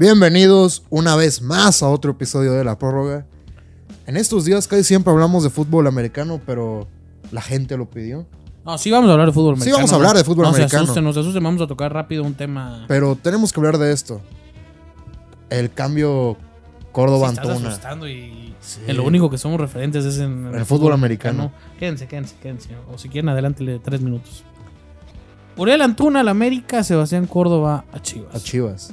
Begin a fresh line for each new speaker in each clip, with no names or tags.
Bienvenidos una vez más a otro episodio de La Prórroga. En estos días casi siempre hablamos de fútbol americano, pero la gente lo pidió.
No, sí vamos a hablar de fútbol
Sí
americano.
vamos a hablar de fútbol
no
americano.
No se asusten, no se asusten. Vamos a tocar rápido un tema.
Pero tenemos que hablar de esto. El cambio
Se
Córdoba
estás
Antuna.
asustando y
Sí.
en lo único que somos referentes es en,
El fútbol americano.
Quédense, quédense, quédense. O si quieren, adelántele tres minutos. Uriel Antuna al América, Sebastián Córdoba a Chivas.
A Chivas.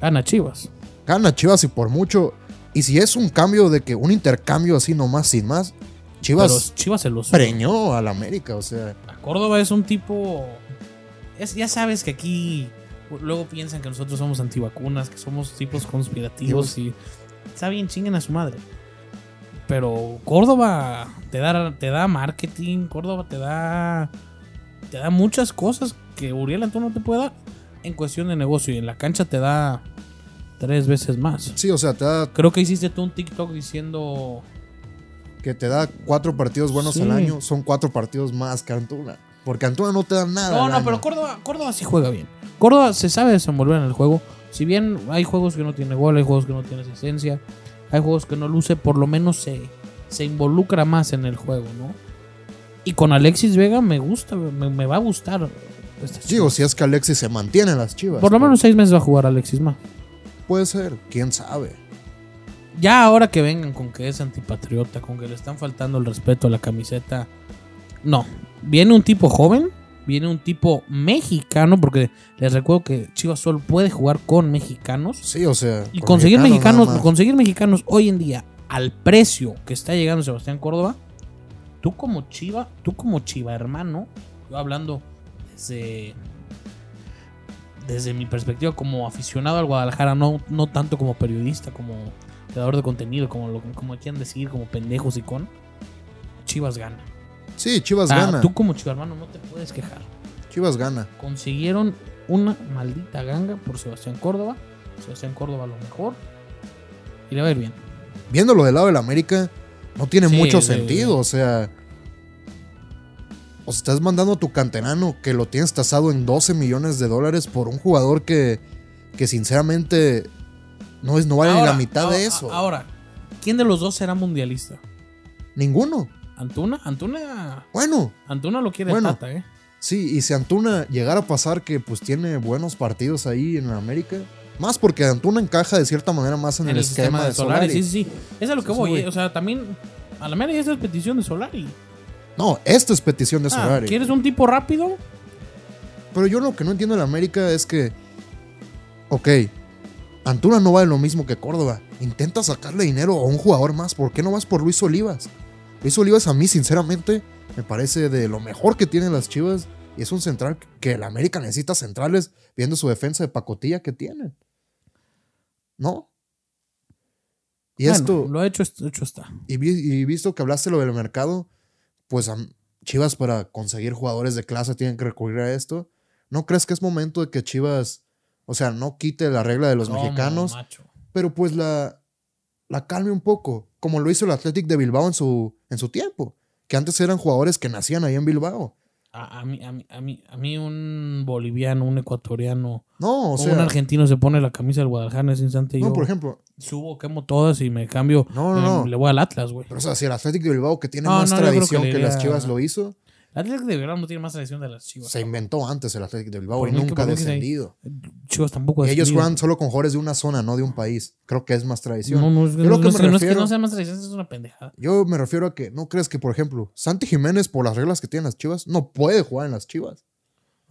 Gana Chivas.
Gana Chivas y por mucho. Y si es un cambio de que un intercambio así nomás, sin más, Chivas
Pero Chivas se los.
preñó al América. O sea,
A Córdoba es un tipo. es- ya sabes que aquí luego piensan que nosotros somos antivacunas, que somos tipos conspirativos y. Está bien, chinguen a su madre. Pero Córdoba te da, te da marketing, Córdoba te da. Te da muchas cosas que Uriel Antón no te puede dar en cuestión de negocio. Y en la cancha te da tres veces más.
sí, o sea, te da,
Creo que hiciste tú un TikTok diciendo.
que te da cuatro partidos buenos
Sí.
al año, son cuatro partidos más que Antuna. Porque Antuna no te da nada.
No,
al
no,
año.
pero Córdoba, Córdoba sí juega bien. Córdoba se sabe desenvolver en el juego. Si bien hay juegos que no tiene gol, hay juegos que no tiene asistencia, hay juegos que no luce, por lo menos se, se involucra más en el juego, ¿no? Y con Alexis Vega me gusta, me, me va a gustar. esta
Digo,
Chivas.
si es que Alexis se mantiene en las chivas.
por lo menos seis meses va a jugar Alexis más.
Puede ser, quién sabe.
Ya ahora que vengan con que es antipatriota, con que le están faltando el respeto a la camiseta. No, viene un tipo joven, viene un tipo mexicano, porque les recuerdo que Chivas Sol puede jugar con mexicanos.
Sí, o sea.
Y
con
conseguir mexicanos,
nada más.
conseguir mexicanos hoy en día al precio que está llegando Sebastián Córdoba, tú como Chiva, tú como Chiva hermano, yo hablando desde, desde mi perspectiva como aficionado al Guadalajara, no, no tanto como periodista, como creador de contenido, como lo como quieran decir, como pendejos y con Chivas gana.
Sí, Chivas
Ah,
gana.
tú como Chiva hermano no te puedes quejar
Chivas gana.
consiguieron una maldita ganga por Sebastián Córdoba. Sebastián Córdoba a lo mejor. Y le va a ir bien.
Viéndolo del lado del América, no tiene
Sí,
mucho
sí.
sentido. O sea. O sea, estás mandando a tu canterano que lo tienes tasado en 12 millones de dólares por un jugador que, que sinceramente no, es, no vale ni la mitad
ahora-
de eso.
Ahora, ¿quién de los dos será mundialista?
Ninguno.
¿Antuna? Antuna.
Bueno,
Antuna lo quiere el
Bueno.
Tata, ¿eh?
Sí, y si Antuna llegara a pasar que pues tiene buenos partidos ahí en América, más porque Antuna encaja de cierta manera más en, el, esquema, de Solari.
Sí, sí, sí. Es a lo que
Sí,
voy.
sí.
¿eh? O sea, también. A la mera ya esta es petición de Solari.
No, esta es petición de
Ah,
Solari.
¿Quieres un tipo rápido?
Pero yo lo que no entiendo de la América es que, ok, Antuna no vale lo mismo que Córdoba. Intenta sacarle dinero a un jugador más. ¿Por qué no vas por Luis Olivas? Luis Olivas a mí, sinceramente, me parece de lo mejor que tienen las Chivas. Y es un central que la América necesita centrales viendo su defensa de pacotilla que tienen. ¿No? Y
Bueno,
esto,
Lo hecho, est- hecho está.
y, vi- y visto que hablaste lo del mercado, pues am- Chivas para conseguir jugadores de clase tienen que recurrir a esto. ¿No crees que es momento de que Chivas, o sea, no quite la regla de los
Como
mexicanos,
macho.
pero pues la, la calme un poco, como lo hizo el Athletic de Bilbao en su, en su tiempo, que antes eran jugadores que nacían ahí en Bilbao?
A, a mí, a, mí, a, mí, a mí, un boliviano, un ecuatoriano,
No, o
O un
sea,
argentino se pone la camisa del Guadalajara en ese instante.
no,
yo
por ejemplo,
subo, quemo todas y me cambio.
No, no,
eh,
no.
Le voy al Atlas, güey.
pero o sea, si el Athletic de Bilbao, que tiene
No,
más
no, yo creo que
tradición que,
le
las
iría-
Chivas lo hizo,
El Atlas de Verano no tiene más tradición de las Chivas.
se inventó antes el Athletic de Bilbao
Por
y
mí que-
nunca ha
por mí que se-
descendido.
Chivas tampoco. ha
Y ellos
descendido.
juegan solo con jugadores de una zona, no de un país. Creo que es más tradición.
No, no, es que,
Yo
no,
lo que
es
me
que- no es que
refiero-
no sea más tradición, es una pendejada.
Yo me refiero a que no crees que, por ejemplo, Santi Jiménez, por las reglas que tienen las Chivas, no puede jugar en las Chivas.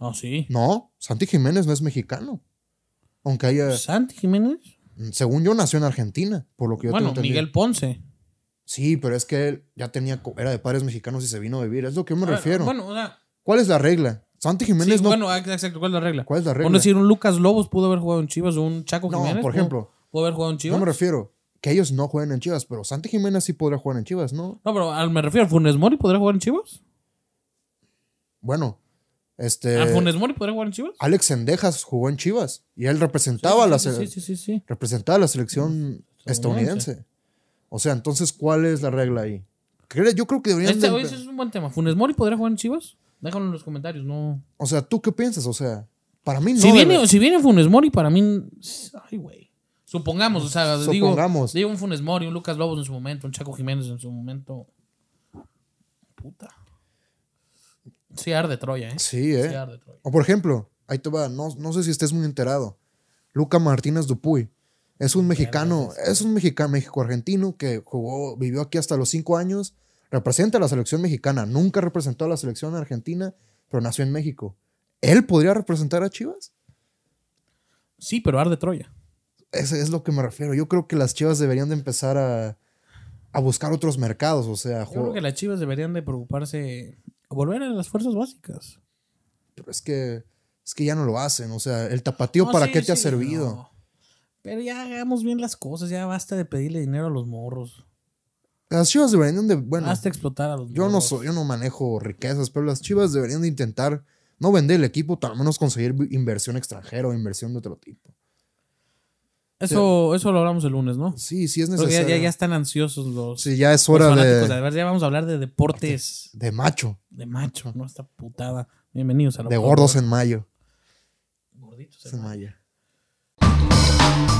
No, sí.
No, Santi Jiménez no es mexicano. Aunque haya,
Santi Jiménez.
según yo, nació en Argentina, por lo que yo
Bueno,
tengo entendido.
Miguel Ponce.
Sí, pero es que él ya tenía, co- era de padres mexicanos y se vino a vivir. Es lo que yo me
Ah,
refiero.
Bueno, o sea,
¿Cuál es la regla? Santi Jiménez
sí,
no.
bueno, ah, exacto, ¿cuál es la regla?
¿Cuál es la
Por
regla?
decir, un Lucas Lobos pudo haber jugado en Chivas o un Chaco
No,
Jiménez.
por
pudo-
ejemplo,
Pudo haber jugado en
yo
Chivas.
me refiero que ellos no jueguen en Chivas, pero Santi Jiménez sí podrá jugar en Chivas, ¿no?
No, pero al- me refiero, ¿Funes Mori podría jugar en Chivas?
Bueno, este.
¿Al Funes Mori podría jugar en Chivas?
Alex Sendejas jugó en Chivas y él representaba,
Sí,
la,
sí,
se-
sí, sí, sí, sí.
representaba la selección
Estadounidense.
estadounidense. O sea, entonces, ¿cuál es la regla ahí? Cre- Yo creo que deberían...
Este,
de-
oye, ese es un buen tema. ¿Funes Mori podría jugar en Chivas? Déjalo en los comentarios, no.
O sea, ¿tú qué piensas? O sea, para mí no...
si,
debe-
viene, si viene Funes Mori, para mí. Ay, güey. Supongamos, o sea,
Supongamos.
digo, digo un Funes Mori, un Lucas Lobos en su momento, un Chaco Jiménez en su momento. Puta. Sí arde Troya, ¿eh?
Sí,
Sí
eh.
arde Troya.
O por ejemplo, ahí te va, no, no sé si estés muy enterado. Luca Martínez Dupuy. Es un mexicano, es un mexicano, México-argentino que jugó, vivió aquí hasta los cinco años. Representa a la selección mexicana. Nunca representó a la selección argentina, pero nació en México. ¿Él podría representar a Chivas?
Sí, pero arde Troya.
Ese es lo que me refiero. Yo creo que las Chivas deberían de empezar a, a buscar otros mercados. O sea,
Yo creo
juego-
que las chivas deberían de preocuparse. Volver a las fuerzas básicas.
pero es que es que ya no lo hacen. O sea, el tapatío,
No,
¿para
sí,
qué te ha
sí,
servido?
no. Pero ya hagamos bien las cosas, ya basta de pedirle dinero a los morros.
Las Chivas deberían de, bueno,
basta explotar a los
yo no
morros.
soy, yo no manejo riquezas, pero las Chivas deberían de intentar no vender el equipo, tal menos conseguir vi- inversión extranjera o inversión de otro tipo.
Eso, eso lo hablamos el lunes, ¿no?
Pues Sí, sí es
Porque Pues ya,
necesario.
ya- ya están ansiosos los,
sí, ya es
los
hora
fanáticos.
de,
A ver, ya vamos a hablar de deportes
de macho,
de macho, ¿no? Esta putada. Bienvenidos a la
de
porra.
gordos en mayo.
Gorditos eh. en
En mayo.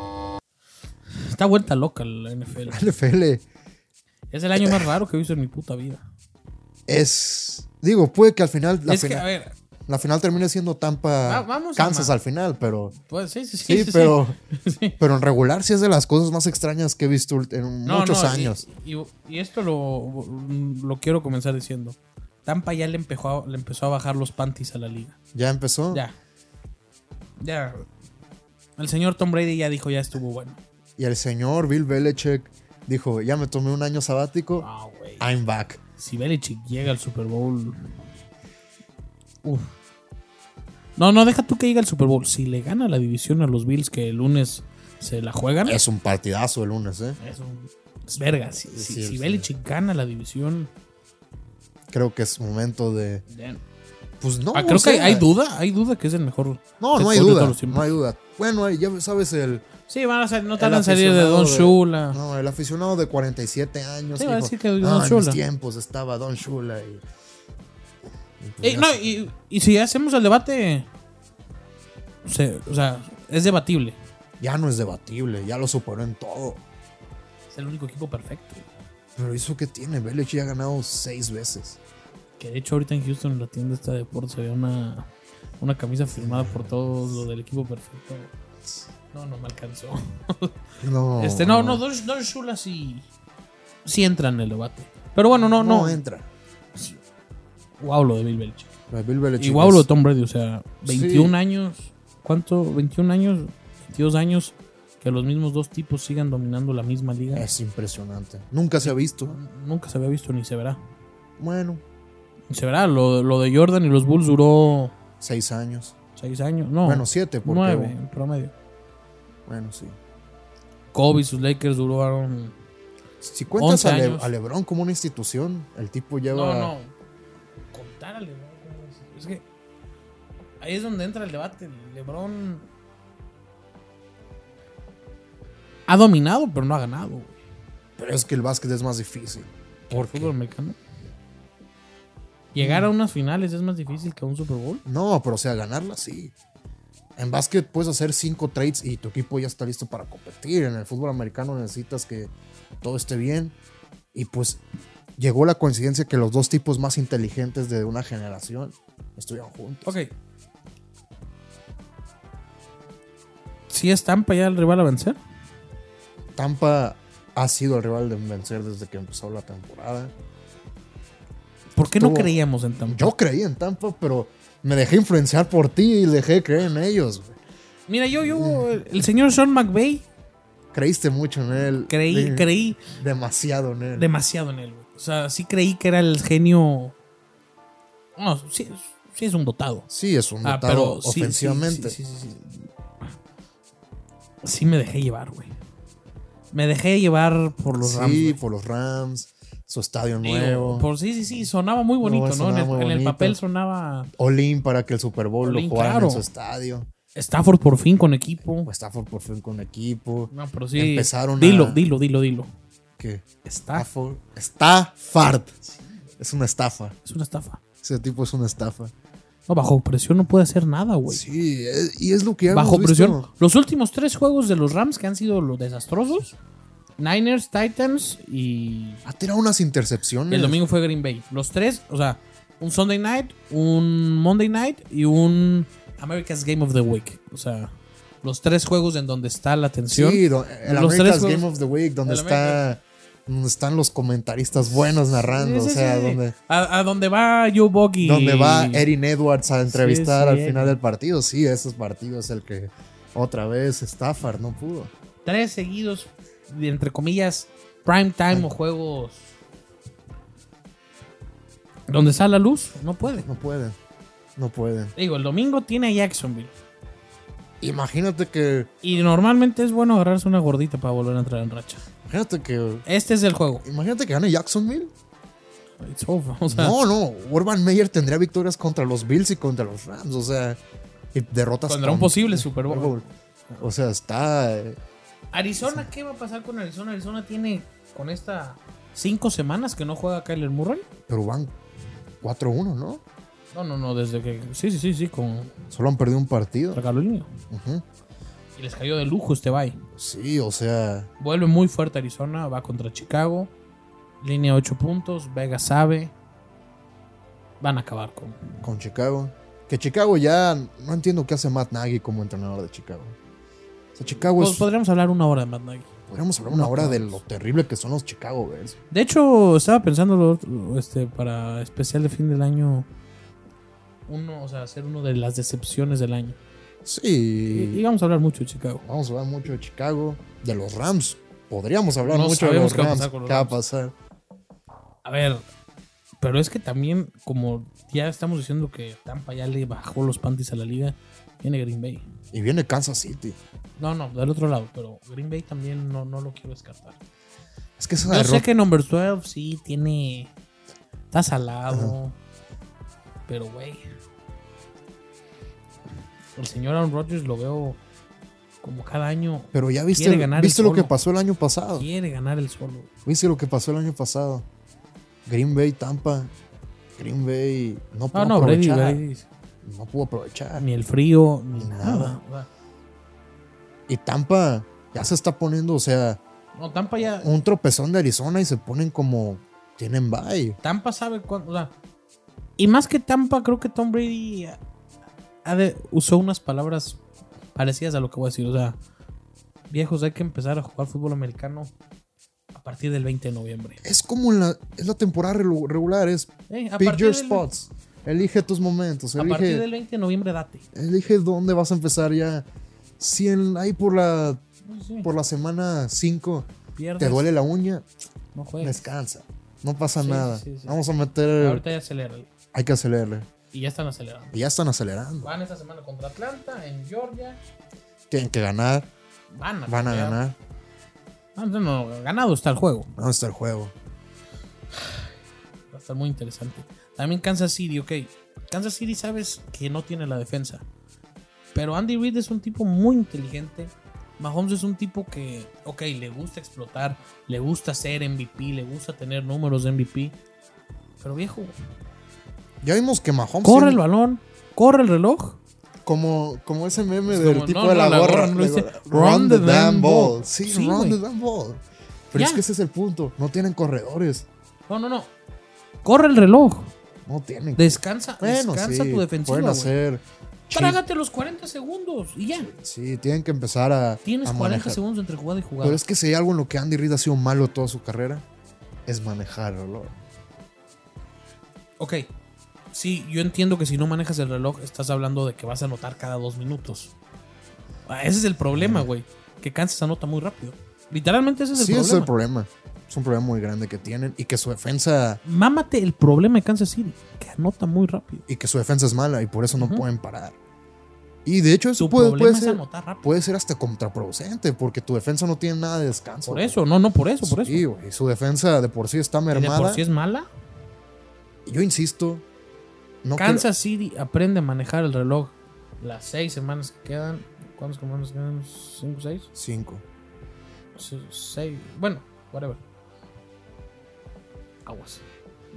mayo. Está vuelta loca la NFL.
NFL
es el año más raro que he visto en mi puta vida.
es, digo, puede que al final la,
es que,
fina-
a ver,
la final termine siendo Tampa
Va- vamos a
Kansas
ma-
al final, pero
pues sí, sí, sí.
sí,
sí, sí.
pero
Sí.
pero en regular sí es de las cosas más extrañas que he visto ult- en
No,
muchos
no, y-
años.
Y, y esto lo, lo quiero comenzar diciendo. Tampa ya le empezó, a, le empezó a bajar los panties a la liga.
Ya empezó.
Ya. Ya. El señor Tom Brady ya dijo, ya estuvo bueno.
Y el señor Bill Belichick dijo, ya me tomé un año sabático,
Ah, güey.
I'm back.
Si Belichick llega al Super Bowl. Uf. No, no, deja tú que llegue al Super Bowl. Si le gana la división a los Bills que el lunes se la juegan.
Es un partidazo el lunes, ¿eh?
es un- es verga. Si, si-
Sí,
si
sí.
Belichick gana la división.
Creo que es momento de...
ya-
Pues no.
Ah,
o
creo que hay,
sea,
hay duda. Hay duda que es el mejor.
No, no
coach
hay
de todos
duda.
los tiempos.
No hay duda. Bueno, eh, ya sabes, el,
Sí, van a salir, no
El
tardan en salir de
aficionado
Don
de-
Shula.
no, el aficionado de 47 años.
Ah. Sí, va a
dijo,
decir que Don
"Ah, en
Shula".
mis tiempos estaba Don Shula y... y pues
Eh,
ya
no,
se-
y, y si hacemos el debate. se- o sea, es debatible.
Ya no es debatible, ya lo superó en todo.
Es el único equipo perfecto.
Pero eso que tiene, Belichick ya ha ganado seis veces.
Que de hecho, ahorita en Houston, en la tienda esta de deportes, había una, una camisa firmada por todos lo del equipo perfecto. No, no me alcanzó.
No.
este, no, no, Don, Don Shula sí. Sí entra en el debate. Pero bueno, no, no.
entra.
Wow, lo de Bill Belichick.
Pero Bill Belichick
Y wow,
es-
lo de Tom Brady. O sea, 21
Sí.
años. ¿Cuánto? 21 años, 22 años. Que los mismos dos tipos sigan dominando la misma liga.
Es impresionante. Nunca se ha visto.
Nunca se había visto ni se verá.
Bueno,
Ni se verá. Lo, lo de Jordan y los Bulls duró
seis años.
6 años. No.
Bueno, siete, porque.
9 en promedio.
Bueno, sí.
Kobe y sus Lakers duraron.
Si cuentas
11
a, Le-
años.
a LeBron como una institución, el tipo lleva.
No, no. Contar a LeBron. ¿cómo es? Es que ahí es donde entra el debate. LeBron ha dominado, pero no ha ganado. güey.
Pero es que el básquet es más difícil.
¿Por fútbol americano? Llegar a unas finales es más difícil que a un Super Bowl.
No, pero o sea, ganarla sí. En básquet puedes hacer cinco trades y tu equipo ya está listo para competir. En el fútbol americano necesitas que todo esté bien. Y pues llegó la coincidencia que los dos tipos más inteligentes de una generación estuvieron juntos.
Ok. ¿Sí es Tampa ya el rival a vencer?
Tampa ha sido el rival de vencer desde que empezó la temporada.
¿Por qué no
Estuvo-
creíamos en Tampa?
Yo creí en Tampa, pero me dejé influenciar por ti y dejé de creer en ellos. güey.
Mira, yo, yo, el el señor Sean McVay,
Creíste mucho en él.
creí,
De-
creí
Demasiado en él.
demasiado en él. güey. O sea, sí creí que era el genio. No, sí, sí es un dotado.
sí, es un
Ah,
dotado
pero sí,
ofensivamente.
Sí, sí, sí, sí, sí. Sí me dejé llevar, güey. Me dejé llevar por los
Sí,
Rams. güey.
por los Rams, su estadio
Digo,
nuevo.
Por sí, sí, sí, sonaba muy bonito, ¿no?
sonaba
en, el,
muy
en el
bonito.
papel sonaba
Olin para que el Super Bowl
Olin,
lo jugaran
claro.
en su estadio.
Stafford por fin con equipo.
Stafford por fin con equipo.
No, pero sí.
Empezaron a-
dilo, dilo, dilo, dilo.
Que
Estafa.
Stafford. Stafford. Es una estafa.
Es una estafa.
Ese tipo es una estafa.
No, bajo presión no puede hacer nada, güey.
Sí, es- y es lo que ya
bajo
hemos visto.
presión. Los últimos tres juegos de los Rams que han sido los desastrosos. Niners, Titans y...
Ha tirado unas intercepciones.
El domingo fue Green Bay. Los tres, o sea, un Sunday Night, un Monday Night y un America's Game of the Week. O sea, los tres juegos en donde está la atención.
Sí, do- el
Los tres
America's
juegos-
Game of the Week, donde
El
está. Donde están los comentaristas buenos narrando.
Sí, sí,
o sea,
sí, sí.
donde.
a, a donde va Joe Boggy.
donde va Erin Edwards a entrevistar
sí,
al
Erin.
final del partido. Sí, esos partidos el que otra vez Stafford no pudo.
Tres seguidos, de, entre comillas, prime time o juegos. Donde está la luz, no puede.
No pueden. No pueden.
Digo, el domingo tiene a Jacksonville.
Imagínate que.
Y normalmente es bueno agarrarse una gordita para volver a entrar en racha.
Imagínate que.
Este es el juego.
Imagínate que gane Jacksonville.
It's over. O sea,
no, no. Urban Meyer tendría victorias contra los Bills y contra los Rams. O sea, y derrotas
Contra un
con-
posible Super Bowl.
O sea, está. eh,
Arizona, ¿qué va a pasar con Arizona? Arizona tiene con esta cinco semanas que no juega Kyler Murray.
Pero van 4-1, ¿no?
No, no, no, desde que. Sí, sí, sí, sí, con
Solo han perdido un partido.
contra Carolina.
Ujú.
Y les cayó de lujo este bye.
Sí, o sea.
Vuelve muy fuerte Arizona, va contra Chicago. Línea 8 puntos, Vegas sabe. Van a acabar con.
con Chicago. Que Chicago ya no entiendo qué hace Matt Nagy como entrenador de Chicago. O sea, Chicago
Pues
es.
podríamos hablar una hora de Matt Nagy.
Podríamos hablar una hora de lo terrible que son los Chicago Bears.
De hecho, estaba pensando lo otro, este, para especial de fin del año. Uno, o sea, hacer uno de las decepciones del año. Y, y
Sí.
vamos a hablar mucho de Chicago.
Vamos a hablar mucho de Chicago, de los Rams. Podríamos hablar
No
mucho de
sabemos
los
qué va a
Rams.
pasar con los
¿Qué va a pasar?
A ver, pero es que también, como ya estamos diciendo que Tampa ya le bajó los panties a la liga, viene Green Bay.
Y viene Kansas City.
No, no, del otro lado, pero Green Bay también no, no lo quiero descartar.
Es que esa
Yo sé
derrota.
que Number 12 sí tiene. Está salado. Pero, güey. El señor Aaron Rodgers lo veo como cada año.
Pero ya viste,
quiere ganar el
viste lo que
solo.
pasó el año pasado.
Quiere ganar el solo.
Viste lo que pasó el año pasado. Green Bay, Tampa. Green Bay no pudo
No, no, Brady,
aprovechar.
Brady,
No pudo aprovechar.
Ni el frío, ni
Nada.
nada.
Y Tampa ya se está poniendo, o sea,
No, Tampa ya.
un tropezón de Arizona y se ponen como tienen bye.
Tampa sabe cuándo. O sea, y más que Tampa, creo que Tom Brady ha- ha de- usó unas palabras parecidas a lo que voy a decir. O sea, viejos, hay que empezar a jugar fútbol americano a partir del 20 de noviembre.
Es como en la, es la temporada relu- regular, es
Eh, a
pick
partir
your
del-
spots. Elige tus momentos,
A partir
elige,
del 20 de noviembre, date.
elige dónde vas a empezar ya. Si en, ahí por la,
Sí,
por la semana 5
pierdes,
te duele la uña,
No juegues.
descansa. No pasa
Sí,
nada.
sí, sí.
Vamos a meter...
Ahorita ya aceleran.
Hay que acelerarle.
Y ya están acelerando.
Y ya están acelerando.
Van esta semana contra Atlanta, en Georgia.
Tienen que ganar,
Van a,
van a
pelear.
ganar.
Ah, No, no, ganado está el juego.
¿Dónde está el juego?
Va a estar muy interesante. También Kansas City, ok. Kansas City sabes que no tiene la defensa. Pero Andy Reid es un tipo muy inteligente. Mahomes es un tipo que, ok, le gusta explotar, le gusta ser MVP, le gusta tener números de MVP. Pero viejo,
Ya vimos que Mahomes... tiene-
corre el balón, corre el reloj.
Como, como ese meme
Es
del
como,
tipo
no,
de
no,
la
la
gorra.
gorra,
la
dice,
gorra.
"Run the damn ball".
Sí,
Sí,
run
güey.
the damn ball. Pero es
Ya.
que ese es el punto. No tienen corredores.
No, no, no. Corre el reloj.
No tienen.
Descansa,
bueno,
descansa
sí,
tu defensiva.
Pueden
güey.
hacer.
Trágate los 40 segundos y ya.
Sí, tienen que empezar a.
Tienes
a
40
manejar.
segundos entre jugada y jugada.
Pero es que si hay algo en lo que Andy Reid ha sido malo toda su carrera, es manejar el reloj.
Ok. Sí, yo entiendo que si no manejas el reloj, estás hablando de que vas a anotar cada dos minutos. Ah, Ese es el problema, güey. Que Kansas anota muy rápido. Literalmente ese es el
Sí, ese es
problema.
el problema. Es un problema muy grande que tienen y que su defensa.
Mámate el problema de Kansas City, que anota muy rápido.
Y que su defensa es mala y por eso no
Ujú.
pueden parar. Y de hecho, eso
Tu
puede,
problema
puede,
es
ser,
anotar rápido.
puede ser hasta contraproducente porque tu defensa no tiene nada de descanso.
Por
güey.
eso, no, no, por eso, por eso.
Sí, güey, su defensa de por sí está
Y de
mermada.
por sí es mala.
Yo insisto, no
Kansas City aprende a manejar el reloj las seis semanas que quedan. ¿Cuántas semanas quedan? ¿Cinco, seis?
quiero- cinco.
Se- seis. Bueno, whatever. Aguas.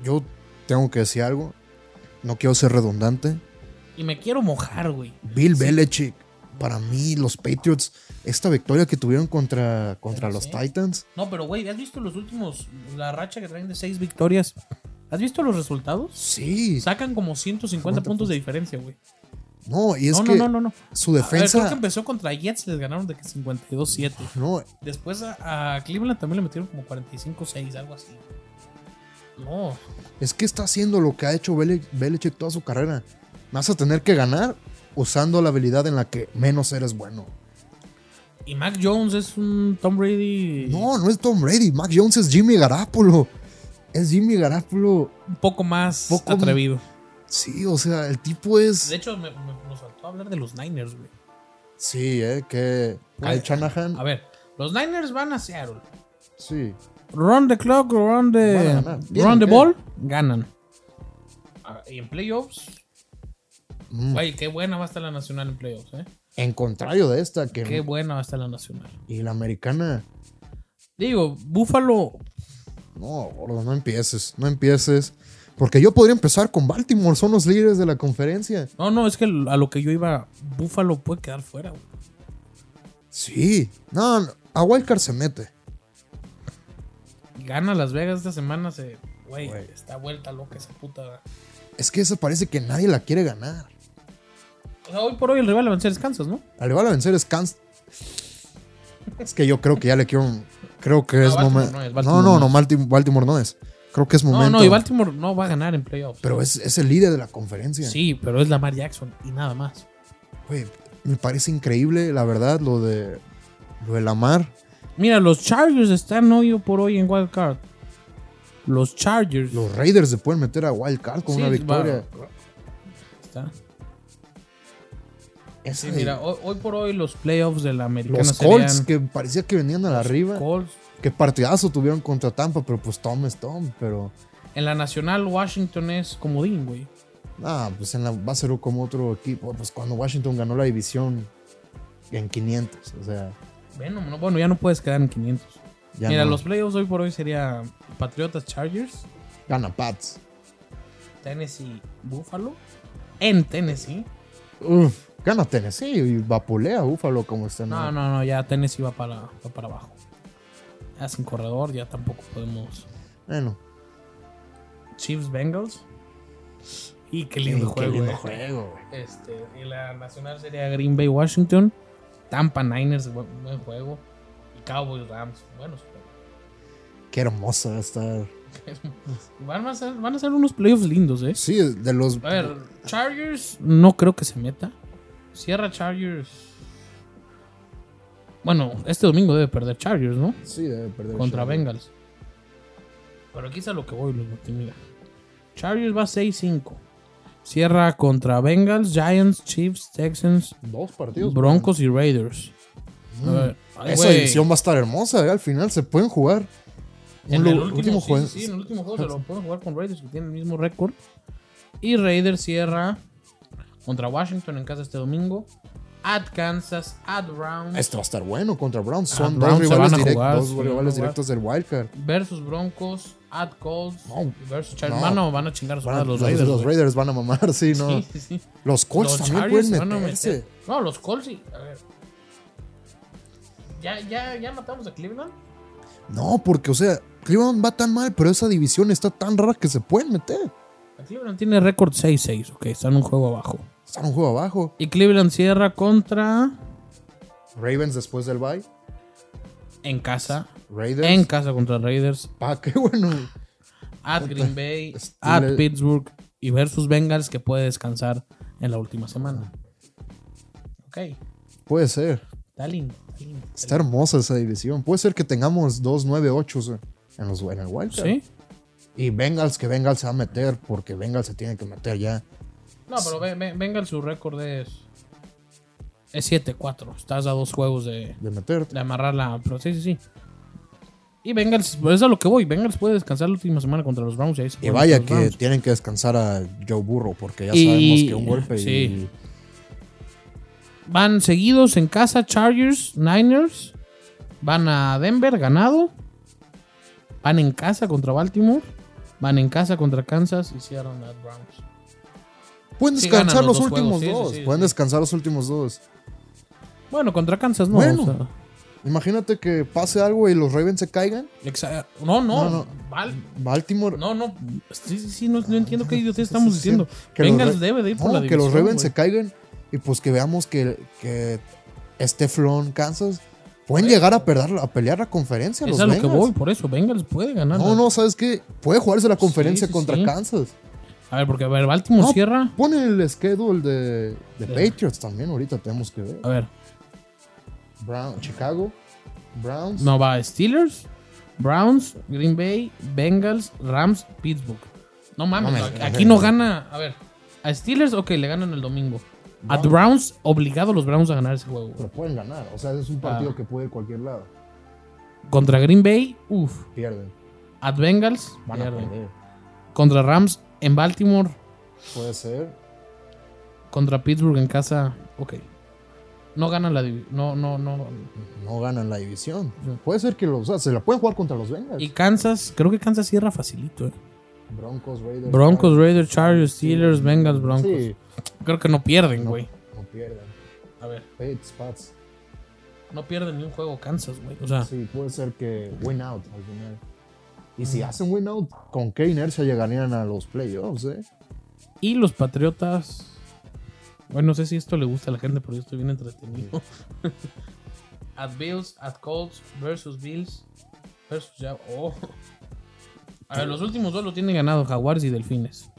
Yo tengo que decir algo. no quiero ser redundante.
Y me quiero mojar, güey.
Bill Belichick, para mí, los Patriots, esta victoria que tuvieron contra, contra
Pero
los
sí.
Titans,
No, pero güey, ¿has visto los últimos, la racha que traen de seis victorias? ¿Has visto los resultados?
sí.
Sacan como 150 puntos de diferencia, güey.
No, y es
No,
que
no, no, no, no.
su
A ver, creo que
defensa.
empezó contra Jets, les ganaron de que 52-7.
No,
Después a, a Cleveland también le metieron como 45-6, algo así. No,
es que está haciendo lo que ha hecho Beli- Belichick toda su carrera. Vas a tener que ganar usando la habilidad en la que menos eres bueno.
Y Mac Jones es un Tom Brady
No, no es Tom Brady. Mac Jones es Jimmy Garapolo. Es Jimmy Garapolo.
un poco más
Poco-
atrevido.
Sí, o sea, el tipo es.
De hecho, me- me- nos faltó hablar de los Niners, güey.
Sí, eh, que. Kyle Shanahan.
A ver, los Niners van a Seattle.
Sí.
Run the clock, run
Van a
the,
ganar.
run
Tienen
the
que.
ball, ganan. Ah, Y en playoffs,
Mm.
güey, qué buena va a estar la nacional en playoffs, ¿eh?
En contrario de esta, que.
Qué buena va a estar la nacional.
Y la americana.
Digo, Buffalo,
No, gordo, no empieces. No empieces. Porque yo podría empezar con Baltimore. Son los líderes de la conferencia.
no, no, es que a lo que yo iba, Buffalo puede quedar fuera, güey.
Sí. No, no, a Wildcard se mete.
Gana Las Vegas esta semana, se, güey,
Güey.
está vuelta loca esa puta.
Es que esa parece que nadie la quiere ganar.
O sea, hoy por hoy el rival a vencer es Kansas, ¿no?
Al rival a vencer es Kansas. Es que yo creo que ya le quiero. Creo que
No,
es
Baltimore
momento.
no
No, no, no,
es, Baltimore no
Baltim- Baltimore no es. Creo que es momento.
No, no, y Baltimore no va a ganar en playoffs.
Pero es, es el líder de la conferencia.
sí, pero es Lamar Jackson y nada más.
Güey, me parece increíble, la verdad, lo de. Lo de Lamar.
Mira, los Chargers están hoy por hoy en Wild Card. Los Chargers.
Los Raiders se pueden meter a Wild Card con
Sí,
una
va.
victoria.
Está.
Esa
Sí,
de-
mira, hoy, hoy por hoy los playoffs de la americana
los Colts,
serían
que parecía que venían a la arriba.
Colts.
Qué partidazo tuvieron contra Tampa, pero pues Tom es Tom. Pero.
En la nacional, Washington es comodín, güey.
Ah, pues en la, va a ser como otro equipo. Pues cuando Washington ganó la división en 500. O sea,
Bueno, no- bueno, ya no puedes quedar en 500.
ya
Mira,
no.
los playoffs hoy por hoy sería Patriotas Chargers,
gana Pats.
Tennessee Buffalo. En Tennessee.
Uf, gana Tennessee y vapulea a Buffalo como están.
No, no, no, ya Tennessee va para, va para abajo. Ya sin corredor, ya tampoco podemos.
Bueno,
Chiefs Bengals. Y qué
sí,
lindo
qué
juego.
lindo
eh.
juego, güey.
Este, y la nacional sería Green Bay Washington. Tampa Niners, bu- buen juego. Y Cowboys Rams, buenos juegos.
Qué hermosa va a estar.
Van a ser, van a ser unos playoffs lindos, eh.
Sí, de los.
A ver, Chargers no creo que se meta. Cierra Chargers. Bueno, este domingo debe perder Chargers, ¿no?
Pues Sí, debe perder.
contra
Sherman.
Bengals. Pero aquí es a lo que voy, Luis Martín, mira. Chargers va 6-5. Cierra contra Bengals, Giants, Chiefs, Texans,
Dos partidos.
Broncos y Raiders. A ver, ay,
Mm. Esa
güey,
división va a estar hermosa. eh, Al final se pueden jugar.
en
lu-
el último, sí,
juego-
sí, sí, en el último juego se lo pueden jugar con Raiders, que tiene el mismo récord. Y Raiders cierra contra Washington en casa este domingo. At Kansas, at Browns,
Este va a estar bueno contra Browns.
Ah,
Son
Browns
dos
se
rivales,
van a
direct-
jugar,
dos
sí, van a
rivales
jugar.
directos del Wildcard.
versus Broncos, at Colts,
No,
y versus Chargers.
no.
Mano, van a chingar a su
Van a-
madre
los,
los Raiders.
los
güey.
Raiders van a mamar, sí, ¿no?
Sí, sí, sí.
Los Colts
Los
también
Chargers
pueden
van a
meterse.
meter. No, los Colts sí. A ver. ¿Ya, ya, ya matamos a Cleveland?
No, porque, o sea, Cleveland va tan mal, pero esa división está tan rara que se pueden meter.
A Cleveland tiene récord 6-6, ok, están un juego abajo.
Están un juego abajo.
Y Cleveland cierra contra.
Ravens después del bye.
En casa.
Raiders.
En casa contra Raiders.
Pa, qué bueno.
At Green Bay.
Steelers.
At Pittsburgh. Y versus Bengals que puede descansar en la última semana. Ok.
Puede ser.
Está lindo. Está lindo.
Está hermosa esa división. Puede ser que tengamos dos 9-8 en, los- en el Wildcard.
¿Sí?
Y Bengals, que Bengals se va a meter, porque Bengals se tiene que meter ya.
No, pero ve- ve- Bengals su récord es. Es 7-4. Estás a dos juegos de,
De meter.
de amarrar la. Pero sí, sí, sí. Y Bengals, por eso es a lo que voy. Bengals puede descansar la última semana contra los Browns. Y, ahí se
Y
ponen
vaya
los
que
Browns.
tienen que descansar a Joe Burrow, porque ya
Pues Y-
sabemos que un golpe y-
sí. Van seguidos en casa Chargers, Niners. Van a Denver, ganado. Van en casa contra Baltimore. Van en casa contra Kansas y cierran a Browns.
Pueden
Sí
descansar
ganan
los,
los dos
últimos
juegos, sí,
dos.
sí, sí,
Pueden
sí.
descansar los últimos dos.
Bueno, contra Kansas no.
Bueno.
o sea,
Imagínate que pase algo y los Ravens se caigan.
exa- no, no,
No, no.
mal.
Baltimore.
No, no. Sí, sí, sí, no, no entiendo qué idiotez estamos diciendo.
Que los
Bengals
Ra-
debe de ir por
No,
la
que los
división,
Ravens
güey.
se caigan. Y pues que veamos que, que este Flon Kansas pueden llegar a, perder, a pelear la conferencia.
Es
los
a lo que
Bengals.
voy, por eso. Bengals puede ganar.
No, no, ¿sabes qué? Puede jugarse la conferencia
sí,
contra
sí.
Kansas.
A ver, porque a ver, Baltimore
No.
cierra.
Pone el schedule de, de
Sí.
Patriots también. Ahorita tenemos que ver.
A ver,
Brown, Chicago, Browns.
no va Steelers, Browns, Green Bay, Bengals, Rams, Pittsburgh. No mames,
No
aquí,
mames.
aquí no gana. A ver, a Steelers, ok, le ganan el domingo. A
No.
Browns, obligado los Browns a ganar ese juego. güey.
Pero pueden ganar. O sea, es un partido
Ah.
que puede ir cualquier lado.
Contra Green Bay, uff.
Pierden.
A Bengals,
Van a
pierden.
perder.
contra Rams en Baltimore,
Puede ser.
contra Pittsburgh en casa, ok. No ganan la divi- No, no, no.
No ganan la división. Puede ser que los. o sea, se la pueden jugar contra los Bengals.
Y Kansas, creo que Kansas cierra facilito. eh.
Broncos, Raiders.
Broncos,
Chargers.
Raiders, Chargers, Steelers, Bengals, Broncos.
Sí,
Creo que no pierden,
No.
güey.
no pierden.
A ver,
Pats, Pats.
no pierden ni un juego Kansas, güey. O sea,
Sí, puede ser que win out al final. Y
Ah.
si hacen win out, ¿con qué inercia llegarían a los playoffs, eh?
y los Patriotas. Bueno, no sé si esto le gusta a la gente, pero yo estoy bien entretenido. at Bills, at Colts, versus Bills, versus ya. Oh. A ver, los últimos dos lo tienen ganado Jaguars y Delfines.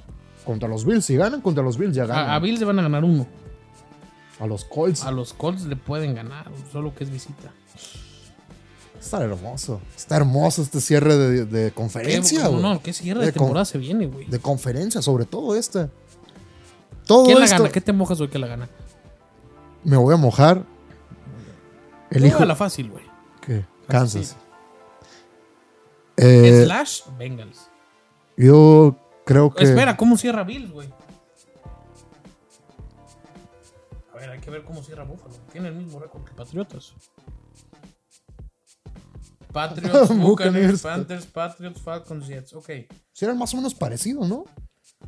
Contra los Bills. Si ganan contra los Bills, ya ganan.
Ah, A, a Bills le van a ganar uno.
A los Colts.
A los Colts le pueden ganar, solo que es visita.
Está hermoso. Está hermoso este cierre de, de conferencia,
Qué-
güey.
no, qué cierre de
Eh, con-
temporada se viene, güey.
De conferencia, sobre todo esta. Todo
¿Quién la
esto-
gana? ¿Qué te mojas hoy que la gana?
Me voy a mojar. Elijo.
la fácil, güey.
¿Qué? Kansas.
Kansas
Eh,
Slash Bengals.
yo creo que.
Espera, ¿cómo cierra Bills, güey? A ver, hay que ver cómo cierra Buffalo. Tiene el mismo récord que Patriotas. Patriots, Buccaneers,
Buccaneers.
Panthers, Patriots, Falcons, Jets. Ok.
Sí, eran más o menos parecido, ¿no?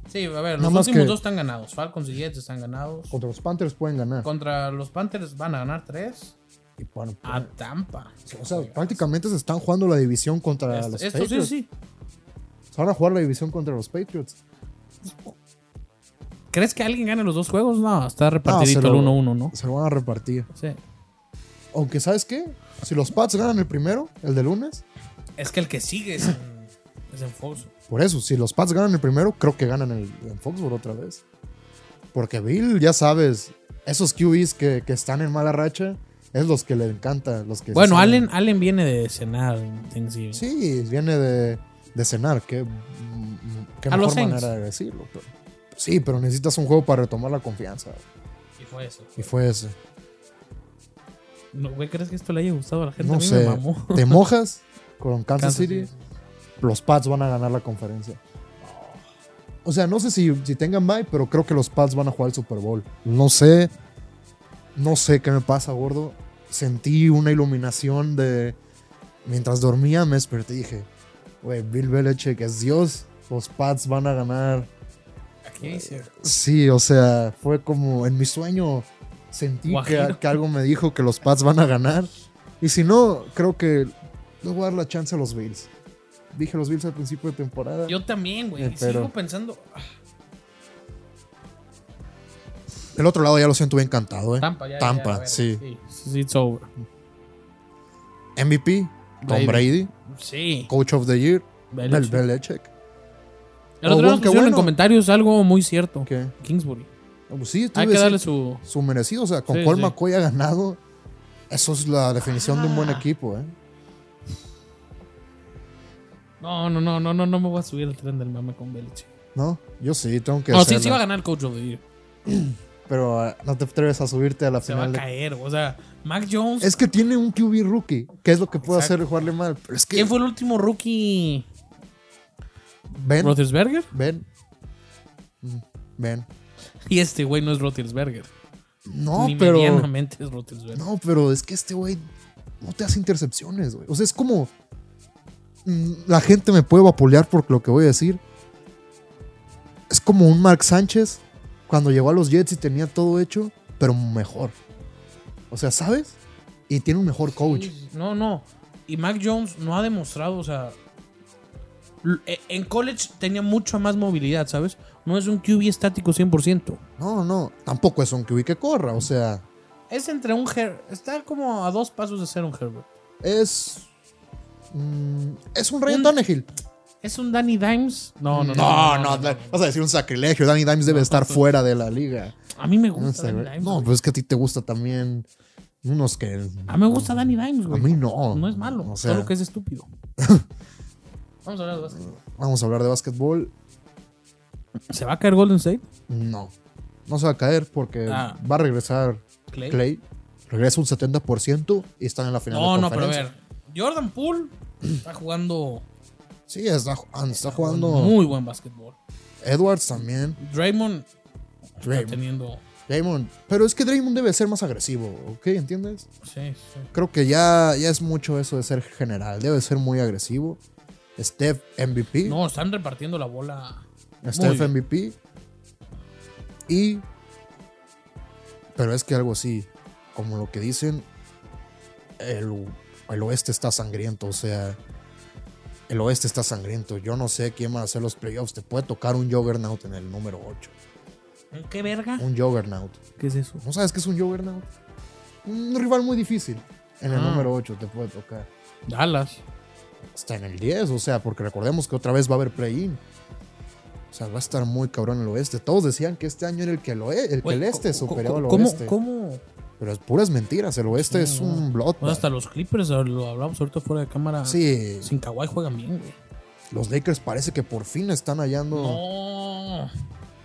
Sí, a ver,
Nada
los
más
últimos
que-
dos están ganados. Falcons y Jets están ganados.
Contra los Panthers pueden ganar.
Contra los Panthers van a ganar tres.
Y bueno,
A Tampa.
o sea, prácticamente se están jugando la división contra
Esto,
los
esto sí,
Patriots.
sí.
Se van a jugar la división contra los Patriots.
¿Crees que alguien gane los dos juegos? No, está
Ah, se
repartidito
lo-
el 1-1, ¿no?
Se lo van a repartir.
Sí.
Aunque, ¿sabes qué? Si los Pats ganan el primero, el de lunes.
Es que el que sigue es en, es en Fox.
Por eso, si los Pats ganan el primero, creo que ganan el, en Foxborough otra vez. Porque Bill, ya sabes, esos QBs que, que están en mala racha, es los que le encantan. Los que
Bueno,
sí-
Allen, Allen viene de cenar en Thanksgiving.
Sí, viene de, de cenar. Qué, mm, qué
A
mejor
los Saints.
manera de decirlo. pero- sí, pero necesitas un juego para retomar la confianza.
Y fue eso.
Y fue ese.
No, güey, ¿crees que esto le haya gustado a la gente? a
No
mí
sé.
me mamó.
Te mojas con Kansas,
Kansas
City. Los Pats van a ganar la conferencia. O sea, no sé si, si tengan bye, pero creo que los Pats van a jugar el Super Bowl. No sé. No sé qué me pasa, gordo. Sentí una iluminación de. Mientras dormía, me desperté y dije: Güey, Bill Belichick es Dios. Los Pats van a ganar
Aquí
Eh,
dice.
Sí, o sea, fue como en mi sueño sentí que,
Guajiro.
que algo me dijo que los Pats van a ganar. Y si no, creo que le voy a dar la chance a los Bills. Dije los Bills al principio de temporada.
Yo también, güey.
Eh,
y
pero-
Sigo pensando. ah,
El otro lado ya lo siento bien cantado, ¿eh?
Tampa, ya.
Tampa,
ya, a ver,
sí.
sí. Sí, it's over.
MVP, Tom
Brady.
Brady,
Sí.
Coach of the Year, Bill
Belichick.
Belichick.
El otro día nos
Qué
pusieron en
Oh, bueno.
comentarios algo muy cierto.
¿Qué?
Kingsbury.
Ah, Pues sí, te
Hay
iba a
que
decir,
darle su.
su merecido. O sea, con
Sí,
cuál
sí.
McCoy ha ganado, eso es la definición de un buen
Ah.
equipo, ¿eh?
No, no, no, no, no, no me voy a subir al tren del mame con Belichick.
¿No? Yo sí, tengo que
No, sí,
hacerla.
sí va a ganar Coach of the Year.
Pero eh, no te atreves a subirte a la
Se va
final
a
de
caer. O sea, Mac Jones.
Es que tiene un QB rookie, que es lo que puede
Exacto.
hacer jugarle mal. Pero es que
¿Quién fue el último rookie?
Ben,
¿Rothersberger?
Ben, Mm, Ben.
Y este güey no es Rothersberger.
No,
Ni
pero
medianamente es Roethlisberger.
no, pero es que este güey no te hace intercepciones, güey. O sea, es como Mm, la gente me puede vapulear por lo que voy a decir. Es como un Mark Sánchez cuando llegó a los Jets y tenía todo hecho, pero mejor. O sea, ¿sabes? Y tiene un mejor coach.
Sí, No, no. Y Mac Jones no ha demostrado, o sea. l- e- En college tenía mucha más movilidad, ¿sabes? No es un QB estático 100%.
No, no, tampoco es un QB que corra. O sea,
Es entre un Her Está como a dos pasos de ser un Herbert.
es. mm, es un Ryan
Un-
Tannehill.
¿Es un Danny Dimes? No, no,
No,
no. no,
no,
no,
da-
no.
vas a decir un sacrilegio. Danny Dimes debe estar fuera de la liga.
A mí me
No,
gusta
sé,
Danny
güey.
Dimes.
No,
güey.
pero es que a ti te gusta también. Unos que.
A mí me gusta Danny Dimes,
A
güey.
mí no.
No es malo,
O sea,
solo que es estúpido. Vamos a hablar de básquet.
vamos a hablar de básquetbol.
¿Se va a caer Golden State?
No. No se va a caer porque
Ah.
va a regresar
Clay.
Clay. Regresa un 70% y están en la final.
No,
de
no, pero a
conferencia.
ver. Jordan Poole está jugando
Sí, está, ju- ah, está jugando.
muy buen básquetbol.
Edwards también.
Draymond está
Draymond.
teniendo.
Draymond. Pero es que Draymond debe ser más agresivo, ¿ok? ¿Entiendes?
Sí, sí.
Creo que ya, ya es mucho eso de ser general. Debe ser muy agresivo. Steph MVP.
No, están repartiendo la bola. muy
Steph
bien.
MVP. Y. Pero es que algo así, como lo que dicen, el, el oeste está sangriento. O sea, el oeste está sangriento. Yo no sé quién va a hacer los playoffs. Te puede tocar un Juggernaut en el número 8.
¿Qué verga?
Un Juggernaut.
¿Qué es eso?
¿No sabes qué es un Juggernaut? Un rival muy difícil. En el
Ah.
número 8 te puede tocar.
Dallas.
Hasta en el 10, o sea, porque recordemos que otra vez va a haber play-in. O sea, va a estar muy cabrón el oeste. Todos decían que este año era el que el, oe- el, que
Güey,
el
co-
este
co-
superaba
co-
al
¿cómo,
oeste.
¿Cómo?
Pero es puras mentiras. El oeste es
Sí,
un
O sea,
bloodbath.
hasta los Clippers, lo hablamos ahorita fuera de cámara.
Sí,
Sin Kawhi juegan bien, güey.
los Lakers parece que por fin están hallando.
No.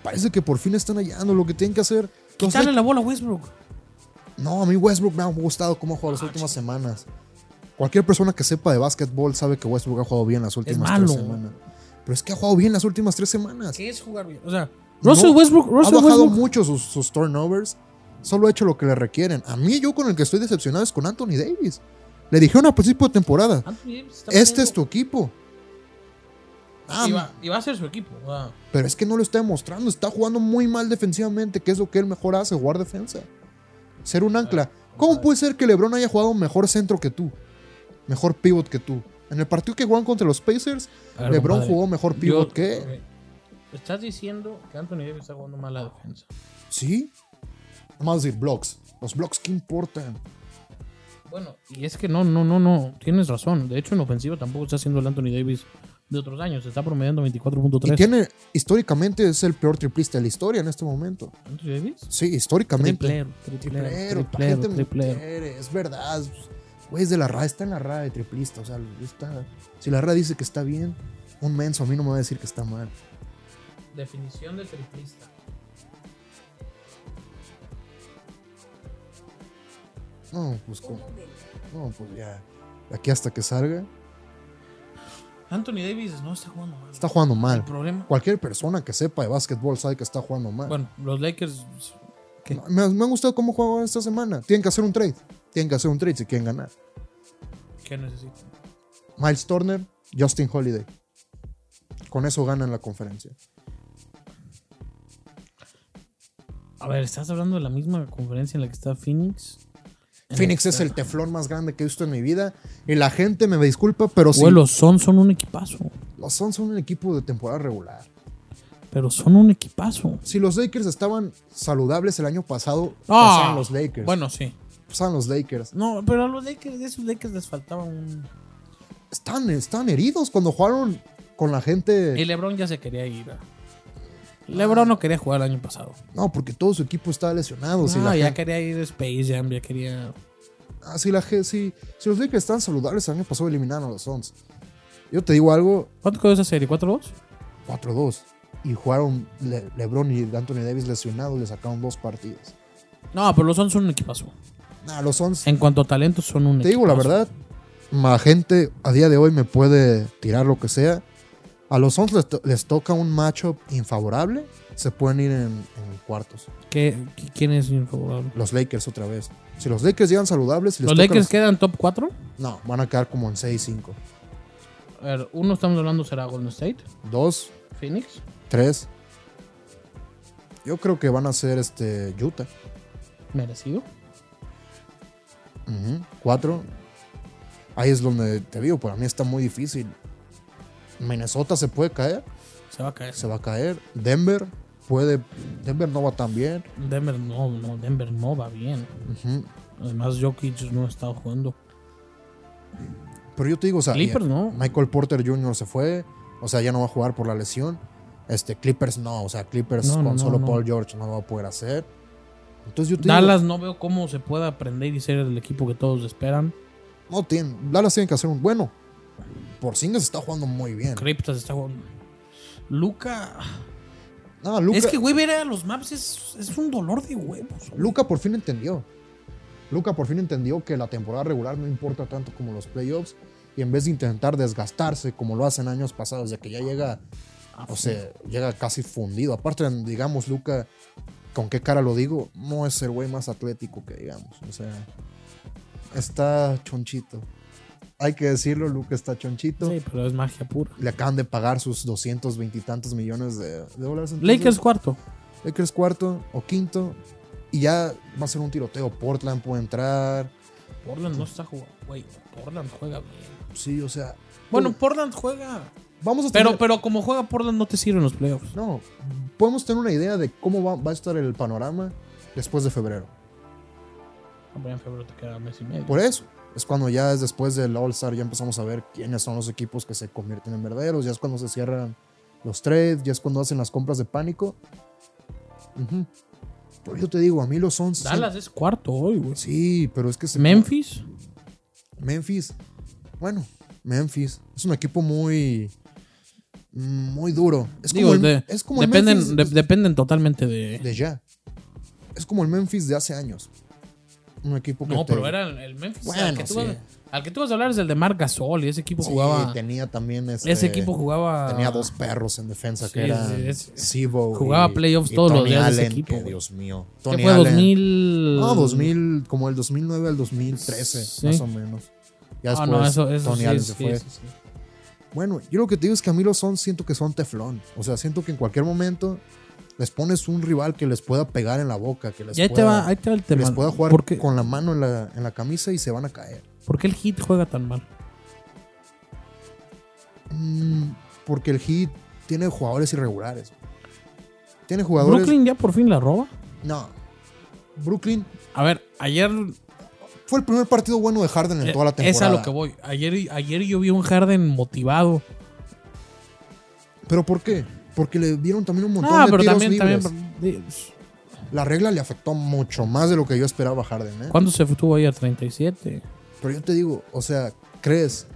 Parece que por fin están hallando lo que tienen que hacer. Los
Quitarle la bola a Westbrook.
No, a mí Westbrook me ha gustado cómo ha jugado las
Ah,
últimas semanas. Cualquier persona que sepa de básquetbol sabe que Westbrook ha jugado bien las últimas tres
malo.
semanas. Pero es que ha jugado bien las últimas tres semanas.
¿Qué es jugar bien? O sea,
No,
Russell Westbrook, Russell
ha bajado
Westbrook.
mucho sus, sus turnovers. Solo ha hecho lo que le requieren. A mí, yo con el que estoy decepcionado es con Anthony Davis. Le dijeron a principio de temporada:
Anthony Davis Ah, está
Este es
poniendo-
tu equipo. Ah,
Y va, y va a ser su equipo. o sea,
pero es que no lo está demostrando. Está jugando muy mal defensivamente, que es lo que él mejor hace, jugar defensa. Ser un
Ah,
ancla. ¿Cómo puede ser que LeBron haya jugado mejor centro que tú? Mejor pivot que tú. En el partido que jugaron contra los Pacers,
a ver,
LeBron
compadre,
jugó mejor pivot
Ah, yo-
que...
ok. Estás diciendo que Anthony Davis está jugando mal la defensa.
¿Sí? Vamos a decir blocks. Los blocks, ¿qué importan?
Bueno, y es que no, no, no, no. Tienes razón. De hecho, en ofensiva tampoco está haciendo el Anthony Davis de otros años. Está promediando
Y
24.3.
tiene, históricamente, es el peor triplista de la historia en este momento.
¿Anthony Davis?
Sí, históricamente.
Triplero, triplero,
Triplero, pa'
triplero,
gente me
triplero.
quiere, es verdad. Güey, es de la RA, está en la RA de triplista. O sea, está, si la RA dice que está bien, un menso a mí no me va a decir que está mal.
Definición de triplista.
No, pues ¿cómo? No, pues ya. Aquí hasta que salga,
Anthony Davis no está jugando mal.
está jugando
El
mal.
problema.
Cualquier persona que sepa de básquetbol sabe que está jugando mal.
Bueno, los Lakers. ¿qué?
Me, me ha gustado cómo juega esta semana. Tienen que hacer un trade. Tienen que hacer un trade si quieren ganar.
¿Qué necesitan?
Miles Turner, Justin Holiday. Con eso ganan la conferencia.
A ver, ¿estás hablando de la misma conferencia en la que está Phoenix?
Phoenix es el teflón más grande que he visto en mi vida. Y la gente me disculpa, pero sí.
Güey, los Suns son un equipazo.
Los Suns son un equipo de temporada regular.
Pero son un equipazo.
Si los Lakers estaban saludables el año pasado, pasaban los Lakers.
Ah. Bueno, sí.
Pasaban los Lakers.
No, pero a los Lakers, de esos Lakers les faltaba un.
Están, están heridos cuando jugaron con la gente.
Y LeBron ya se quería ir. a- LeBron no quería jugar el año pasado.
No, porque todo su equipo estaba lesionado.
No,
si, Pues la
Ah, ya
gente-
quería ir a Space Jam, ya quería.
ah, si, la gen- si- si los Lakers están saludables el año pasado, eliminaron a los Suns. Yo te digo algo,
¿Cuánto quedó esa serie? ¿4-2?
4-2. Y jugaron Le- LeBron y Anthony Davis lesionados, le sacaron dos partidos.
No, pero los Suns son un equipazo.
Nah, los Suns
En cuanto a talento, son un
Te digo la
equipazo.
verdad, la gente a día de hoy me puede tirar lo que sea. A los Suns les, to- les toca un matchup infavorable. Se pueden ir en, en cuartos.
¿Qué- qui- ¿Quién es infavorable?
Los Lakers otra vez. Si los Lakers llegan saludables, si les
¿Los
toca
Lakers
los-
quedan top 4?
No, van a quedar como en 6-5.
A ver, uno estamos hablando será Golden State,
2,
Phoenix,
3, Yo creo que van a ser este Utah.
Merecido.
Ujú. Cuatro. Ahí es donde te digo, para mí está muy difícil. Minnesota se puede caer,
Se va a caer.
se va a caer. Denver puede. Denver no va tan bien.
Denver no, no, Denver no va bien.
Ujú.
Además, Jokic no ha estado jugando.
Pero yo te digo, o sea,
Clippers,
ya-
¿no?
Michael Porter Jr. se fue. O sea, ya no va a jugar por la lesión. Este, Clippers no. O sea, Clippers
No, no,
con
no,
solo
no.
Paul George no lo va a poder hacer. Entonces yo te digo,
Dallas no veo cómo se pueda aprender y ser el equipo que todos esperan.
no tienen. Dallas tiene que hacer un bueno. Porzingis está jugando muy bien.
Criptas está jugando. Luca.
No, Luka-
Es que, güey, ver a los maps es, es un dolor de huevos. güey.
Luca por fin entendió. Luca por fin entendió que la temporada regular no importa tanto como los playoffs. Y en vez de intentar desgastarse como lo hacen años pasados, de que ya llega,
Ah,
o sea, llega casi fundido. Aparte, digamos, Luca, con qué cara lo digo, no es el güey más atlético que digamos. O sea, está chonchito. Hay que decirlo, Luca está chonchito.
Sí, pero es magia pura.
Le acaban de pagar sus 220 y tantos millones de, de dólares. entonces-
Lakers cuarto.
Lakers cuarto o quinto. Y ya va a ser un tiroteo. Portland puede entrar.
Portland no está jugando. Güey, Portland juega bien.
Sí, o sea.
Bueno,
tú-
Portland juega.
vamos a
Pero,
tener-
pero como juega Portland no te sirven los playoffs.
No, podemos tener una idea de cómo va, va a estar el panorama después de febrero.
Hombre, en febrero te queda mes y medio.
Por eso. Es cuando ya es después del All-Star, ya empezamos a ver quiénes son los equipos que se convierten en verdaderos. Ya es cuando se cierran los trades. Ya es cuando hacen las compras de pánico. Ujú. Pero yo te digo, a mí los 11.
Dallas es cuarto hoy, güey.
Sí, pero es que se
Memphis.
Memphis. Bueno, Memphis. Es un equipo muy. Muy duro. Es como
Digo,
el,
de-
es como el
dependen, de-
Memphis de,
dependen totalmente de.
ya. Es como el Memphis de hace años. Un equipo que.
no,
te-
pero era el, el Memphis.
Bueno,
al, que tú
sí.
vas, al que tú vas a hablar es el de Marc Gasol y ese equipo
Sí,
jugaba.
tenía también. este-
ese equipo jugaba.
Tenía dos perros en defensa
Sí,
que eran.
sí, es-
Sebo
jugaba playoffs todos los
Tony
días de ese
Allen,
equipo,
que
güey.
Dios mío.
¿Qué
Tony
fue?
Allen.
2000.
No, 2000. Como el 2009 al 2013,
Sí.
más o menos. Ya
Ah,
después
no, eso, eso
Tony
sí,
Allen
sí,
se fue.
sí, sí.
Bueno, yo lo que te digo es que a mí los son siento que son teflón. O sea, siento que en cualquier momento les pones un rival que les pueda pegar en la boca, que les,
Y ahí te,
pueda,
va, ahí te va el
que
tema.
les pueda jugar
¿Por qué,
con la mano en la, en la camisa y se van a caer.
por qué el Hit juega tan mal?
Mm, porque el Heat tiene jugadores irregulares. Tiene jugadores...
¿Brooklyn ya por fin la roba?
No. Brooklyn
A ver, ayer.
fue el primer partido bueno de Harden en
eh,
toda la temporada.
es a lo que voy. Ayer, ayer yo vi un Harden motivado.
¿Pero por qué? Porque le dieron también un montón
Ah,
de
pero
tiros
también,
libres.
también. de-
La regla le afectó mucho más de lo que yo esperaba a Harden. ¿eh?
¿Cuándo se tuvo ayer? 37.
Pero yo te digo, o sea, ¿crees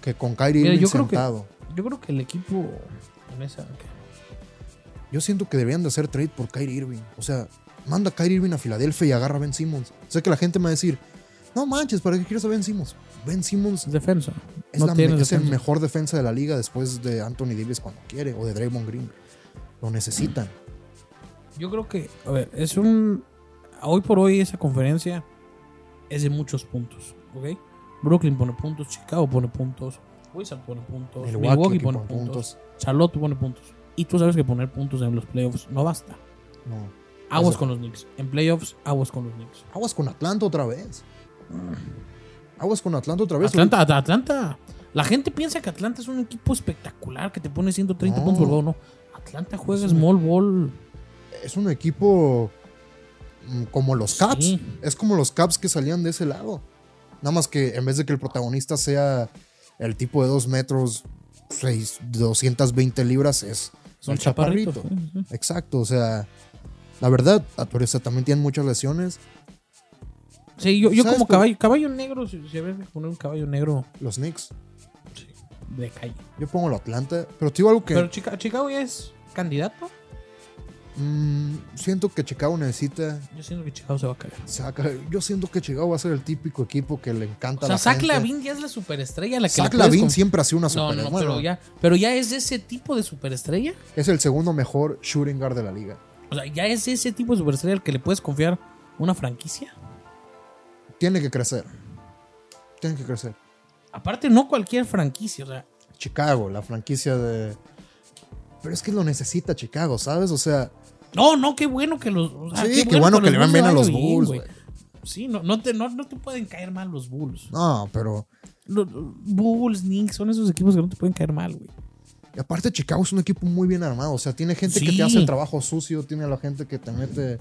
que con Kyrie
Mira,
Irving
yo creo que-
sentado?
Yo creo que el equipo. En esa.
Yo siento que deberían de hacer trade por Kyrie Irving. O sea, manda a Kyrie Irving a Filadelfia y agarra a Ben Simmons. Sé que la gente me va a decir, no manches, ¿para qué quieres a Ben Simmons? Ben Simmons
Es defensa.
es,
no
la-
tienes
es el
defensa.
mejor defensa de la liga después de Anthony Davis cuando quiere o de Draymond Green. Lo necesitan.
Yo creo que, a ver, es un. Hoy por hoy esa conferencia es de muchos puntos, ¿ok? Brooklyn pone puntos, Chicago pone puntos, Wizard pone puntos,
El Milwaukee
Milwaukee, pone puntos, Charlotte pone puntos. Y tú sabes que poner puntos en los playoffs no basta.
No.
Aguas
Eso.
con los Knicks. En playoffs, aguas con los Knicks.
Aguas con Atlanta otra vez. Aguas con Atlanta otra vez.
Atlanta, At- Atlanta. La gente piensa que Atlanta es un equipo espectacular que te pone 130
No.
puntos por juego. No. Atlanta juega
Es un-
small ball.
es un equipo mm, como los Caps.
Sí.
Es como los Caps que salían de ese lado. Nada más que en vez de que el protagonista sea el tipo de 2 metros, seis- 220 libras, es
Son
el chaparrito.
chaparritos. sí, sí.
Exacto, o sea, la verdad, Atoriza también tiene muchas lesiones.
Sí, yo, yo
¿Sabes
como
por-
caballo, caballo negro, si, si habría que poner un caballo negro
Los Knicks.
de calle.
Yo pongo el Atlanta, pero te digo algo que
Pero Chica- Chicago ya es candidato.
mm, siento que Chicago necesita.
Yo siento que Chicago se va a caer.
se va a caer. Yo siento que Chicago va a ser el típico equipo que le encanta
O sea,
la
Zach
gente.
Lavin ya es la superestrella. La que
Zach
la puedes
Lavin
con-
siempre ha sido una
No,
super.
no,
bueno,
pero, ya, pero ya es ese tipo de superestrella.
es el segundo mejor shooting guard de la liga.
O sea, ya es ese tipo de superestrella al que le puedes confiar una franquicia.
Tiene que crecer. Tiene que crecer.
Aparte, no cualquier franquicia. O sea,
Chicago, la franquicia de. Pero es que lo necesita Chicago, ¿sabes? O sea,
No, no, qué bueno que los. o sea,
sí, qué bueno
por
que le van bien a
Bulls,
los
vaya bien,
Bulls,
güey.
güey.
Sí, no, no, te, no, no te pueden caer mal los Bulls.
No, pero.
Los, los Bulls, Knicks, son esos equipos que no te pueden caer mal, güey.
Y aparte, Chicago es un equipo muy bien armado. O sea, tiene gente que
Sí.
te hace el trabajo sucio, tiene a la gente que te mete.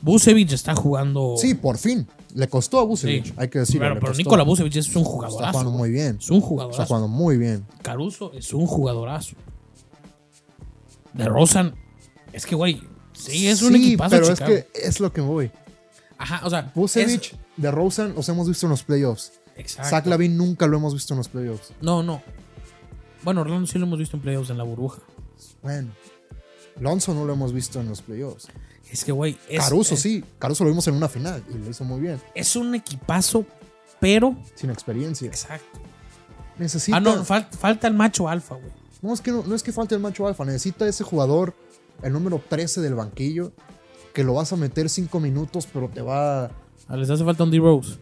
Busevich está jugando.
Sí, por fin. Le costó a Vucevic,
Sí.
hay que decirlo.
Claro,
le
pero
costó.
Nikola Busevich es un
Está
jugadorazo. pues.
jugando muy bien.
Es un
Está
jugadorazo.
jugando muy bien.
Caruso es un jugadorazo. De Rosan. Es que, güey. Sí, es un
Sí,
equipazo.
Pero
Chicago.
es que es lo que me voy.
Ajá, o sea.
Vucevic,
es-
de Rosen, los hemos visto en los playoffs.
Exacto.
Zach Lavin nunca lo hemos visto en los playoffs.
No, no. Bueno, Orlando sí lo hemos visto en playoffs en la burbuja.
Bueno. Lonzo no lo hemos visto en los playoffs.
Es que, güey. es-
Caruso
es-
sí. Caruso lo vimos en una final y lo hizo muy bien.
Es un equipazo, pero.
Sin experiencia.
Exacto.
Necesita.
ah, no, fal- falta el macho alfa, güey.
No es, que no, no es que falte el macho alfa, necesita ese jugador, el número 13 del banquillo, que lo vas a meter 5 minutos, pero te va.
Ah, Les hace falta un D-Rose.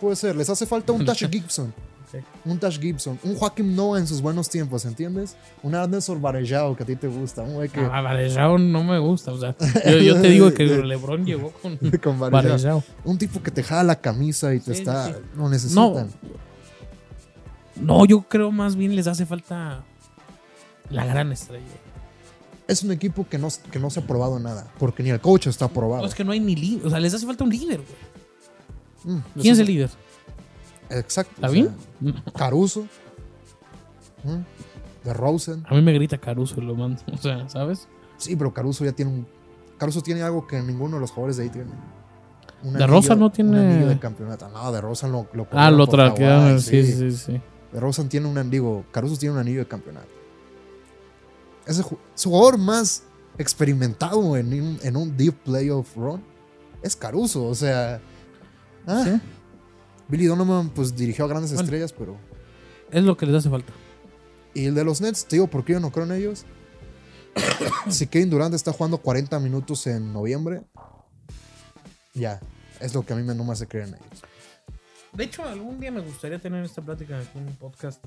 Puede ser, les hace falta un Tash Gibson.
Ok.
Un Tash Gibson, un Joaquim Noah en sus buenos tiempos, ¿entiendes? Un Anderson Varejao que a ti te gusta, un güey que.
Ah, Varejao no me gusta. O sea, yo, yo te digo que LeBron llegó con,
con Varejao.
Varejao.
Un tipo que te jala la camisa y te
Sí,
está.
sí, sí.
Lo necesitan.
No, yo creo más bien les hace falta la gran estrella.
Ah, Es un equipo que no, que no se ha probado nada, porque ni el coach está probado.
No, es que no hay ni líder. O sea, les hace falta un líder, güey.
Mm,
¿Quién es el líder?
Exacto. o
¿Lavin?
sea, Caruso. ¿Mm? De Rosen.
A mí me grita Caruso y lo mando. O sea, ¿sabes?
Sí, pero Caruso ya tiene un. Caruso tiene algo que ninguno de los jugadores de ahí tiene. Un
De Rosa no
un
tiene-
anillo de campeonato. No, de Rosa lo. lo
Ah,
corrieron
lo
por
traquearon.
Kawhi,
Sí, sí, sí. sí.
De Rosa tiene un anillo. Caruso tiene un anillo de campeonato. Es el ju- su jugador más experimentado en un, en un deep playoff run es Caruso. O sea. ah,
Sí.
Billy Donovan, pues dirigió a grandes
Bueno.
estrellas, pero.
Es lo que les hace falta.
Y el de los Nets, te digo, porque yo no creo en ellos. si Kevin Durant está jugando 40 minutos en noviembre, ya, es lo que a mí me no me hace creer en ellos.
De hecho, algún día me gustaría tener esta plática aquí en un podcast.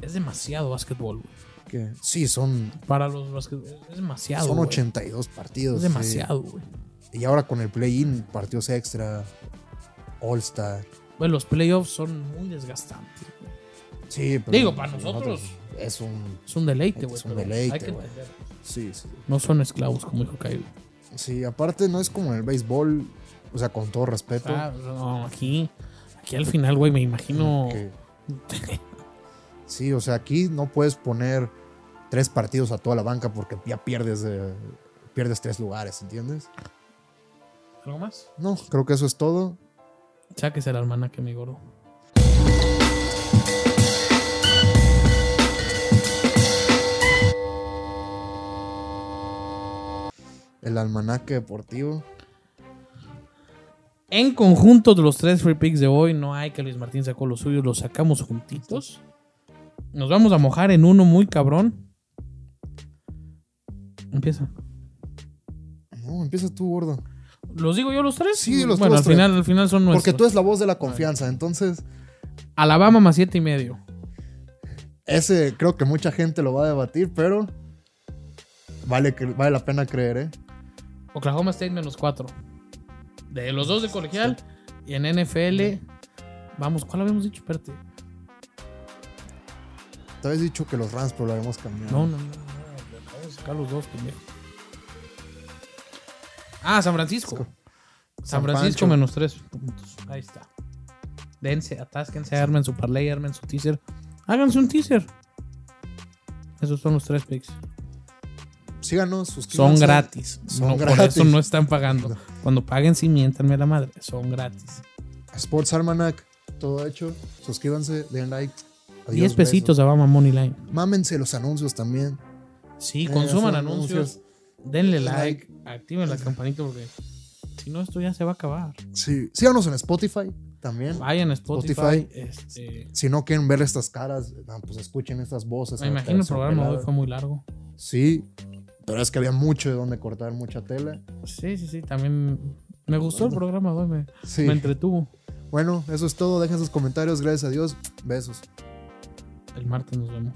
Es demasiado básquetbol, güey.
Que sí, son,
Para los básquet es demasiado.
son
güey.
82 partidos.
Es
sí.
demasiado, güey.
Y ahora con el play-in, partidos extra, All-Star.
Bueno, los playoffs son muy desgastantes. güey.
Sí, pero
Digo, para nosotros.
Es un.
Es un deleite,
Es
güey.
un
pero
deleite,
hay que
güey.
entender.
Sí, sí.
No son esclavos, como dijo Kaido.
Sí, aparte no es como en el béisbol, o sea, con todo respeto.
Ah, no, aquí, aquí al final, güey, me imagino.
que- Sí, o sea, aquí no puedes poner tres partidos a toda la banca porque ya pierdes, eh, pierdes tres lugares, ¿entiendes?
¿Algo más?
No, creo que eso es todo.
Cháquese la hermana que me gordo.
El almanaque deportivo.
En conjunto de los tres free picks de hoy, no hay que Luis Martín sacó los suyos, los sacamos juntitos. Nos vamos a mojar en uno muy cabrón. Empieza.
No, empieza tú, gordo.
¿Los digo yo los tres?
Sí, los
bueno,
tres,
al
tres.
final, al final son nuestros.
Porque tú es la voz de la confianza, entonces
Alabama más siete y medio.
ese creo que mucha gente lo va a debatir, pero vale, que, vale la pena creer, ¿eh?
Oklahoma State menos cuatro. De los dos de colegial y en NFL. Vamos, ¿cuál habíamos dicho? Espérate.
Ah. Te habías dicho que los Rams, pero lo habíamos cambiado.
No, no, no. no, Vamos a sacar los dos primero. Ah, San Francisco. San
San
Francisco
Pancho.
menos tres puntos. Ahí está. Dense, atásquense, armen su parlay, armen su teaser. Háganse un teaser. Esos son los tres picks.
Síganos,
Son
suscríbanse.
gratis.
Son
no, Por
gratis.
eso no están pagando. Cuando paguen, sí, miéntanme la madre. Son gratis.
Sports Almanac, todo hecho. Suscríbanse, den like. Adiós,
10
besos.
pesitos a Bama Money Line.
Mámense los anuncios también.
Sí,
Eh,
consuman
son
anuncios. Denle like, activen la campanita porque si no, esto ya se va a acabar.
Sí, síganos en Spotify también.
Vayan a Spotify.
Spotify.
este,
Si no quieren ver estas caras, no, pues escuchen estas voces.
me imagino el programa de hoy
terciopeladas.
fue muy largo.
Sí, pero es que había mucho de donde cortar, mucha tela.
Sí, sí, sí. También me gustó el programa de hoy. Me,
Sí.
me entretuvo.
Bueno, eso es todo. Dejen sus comentarios. Gracias a Dios. Besos.
El martes nos vemos.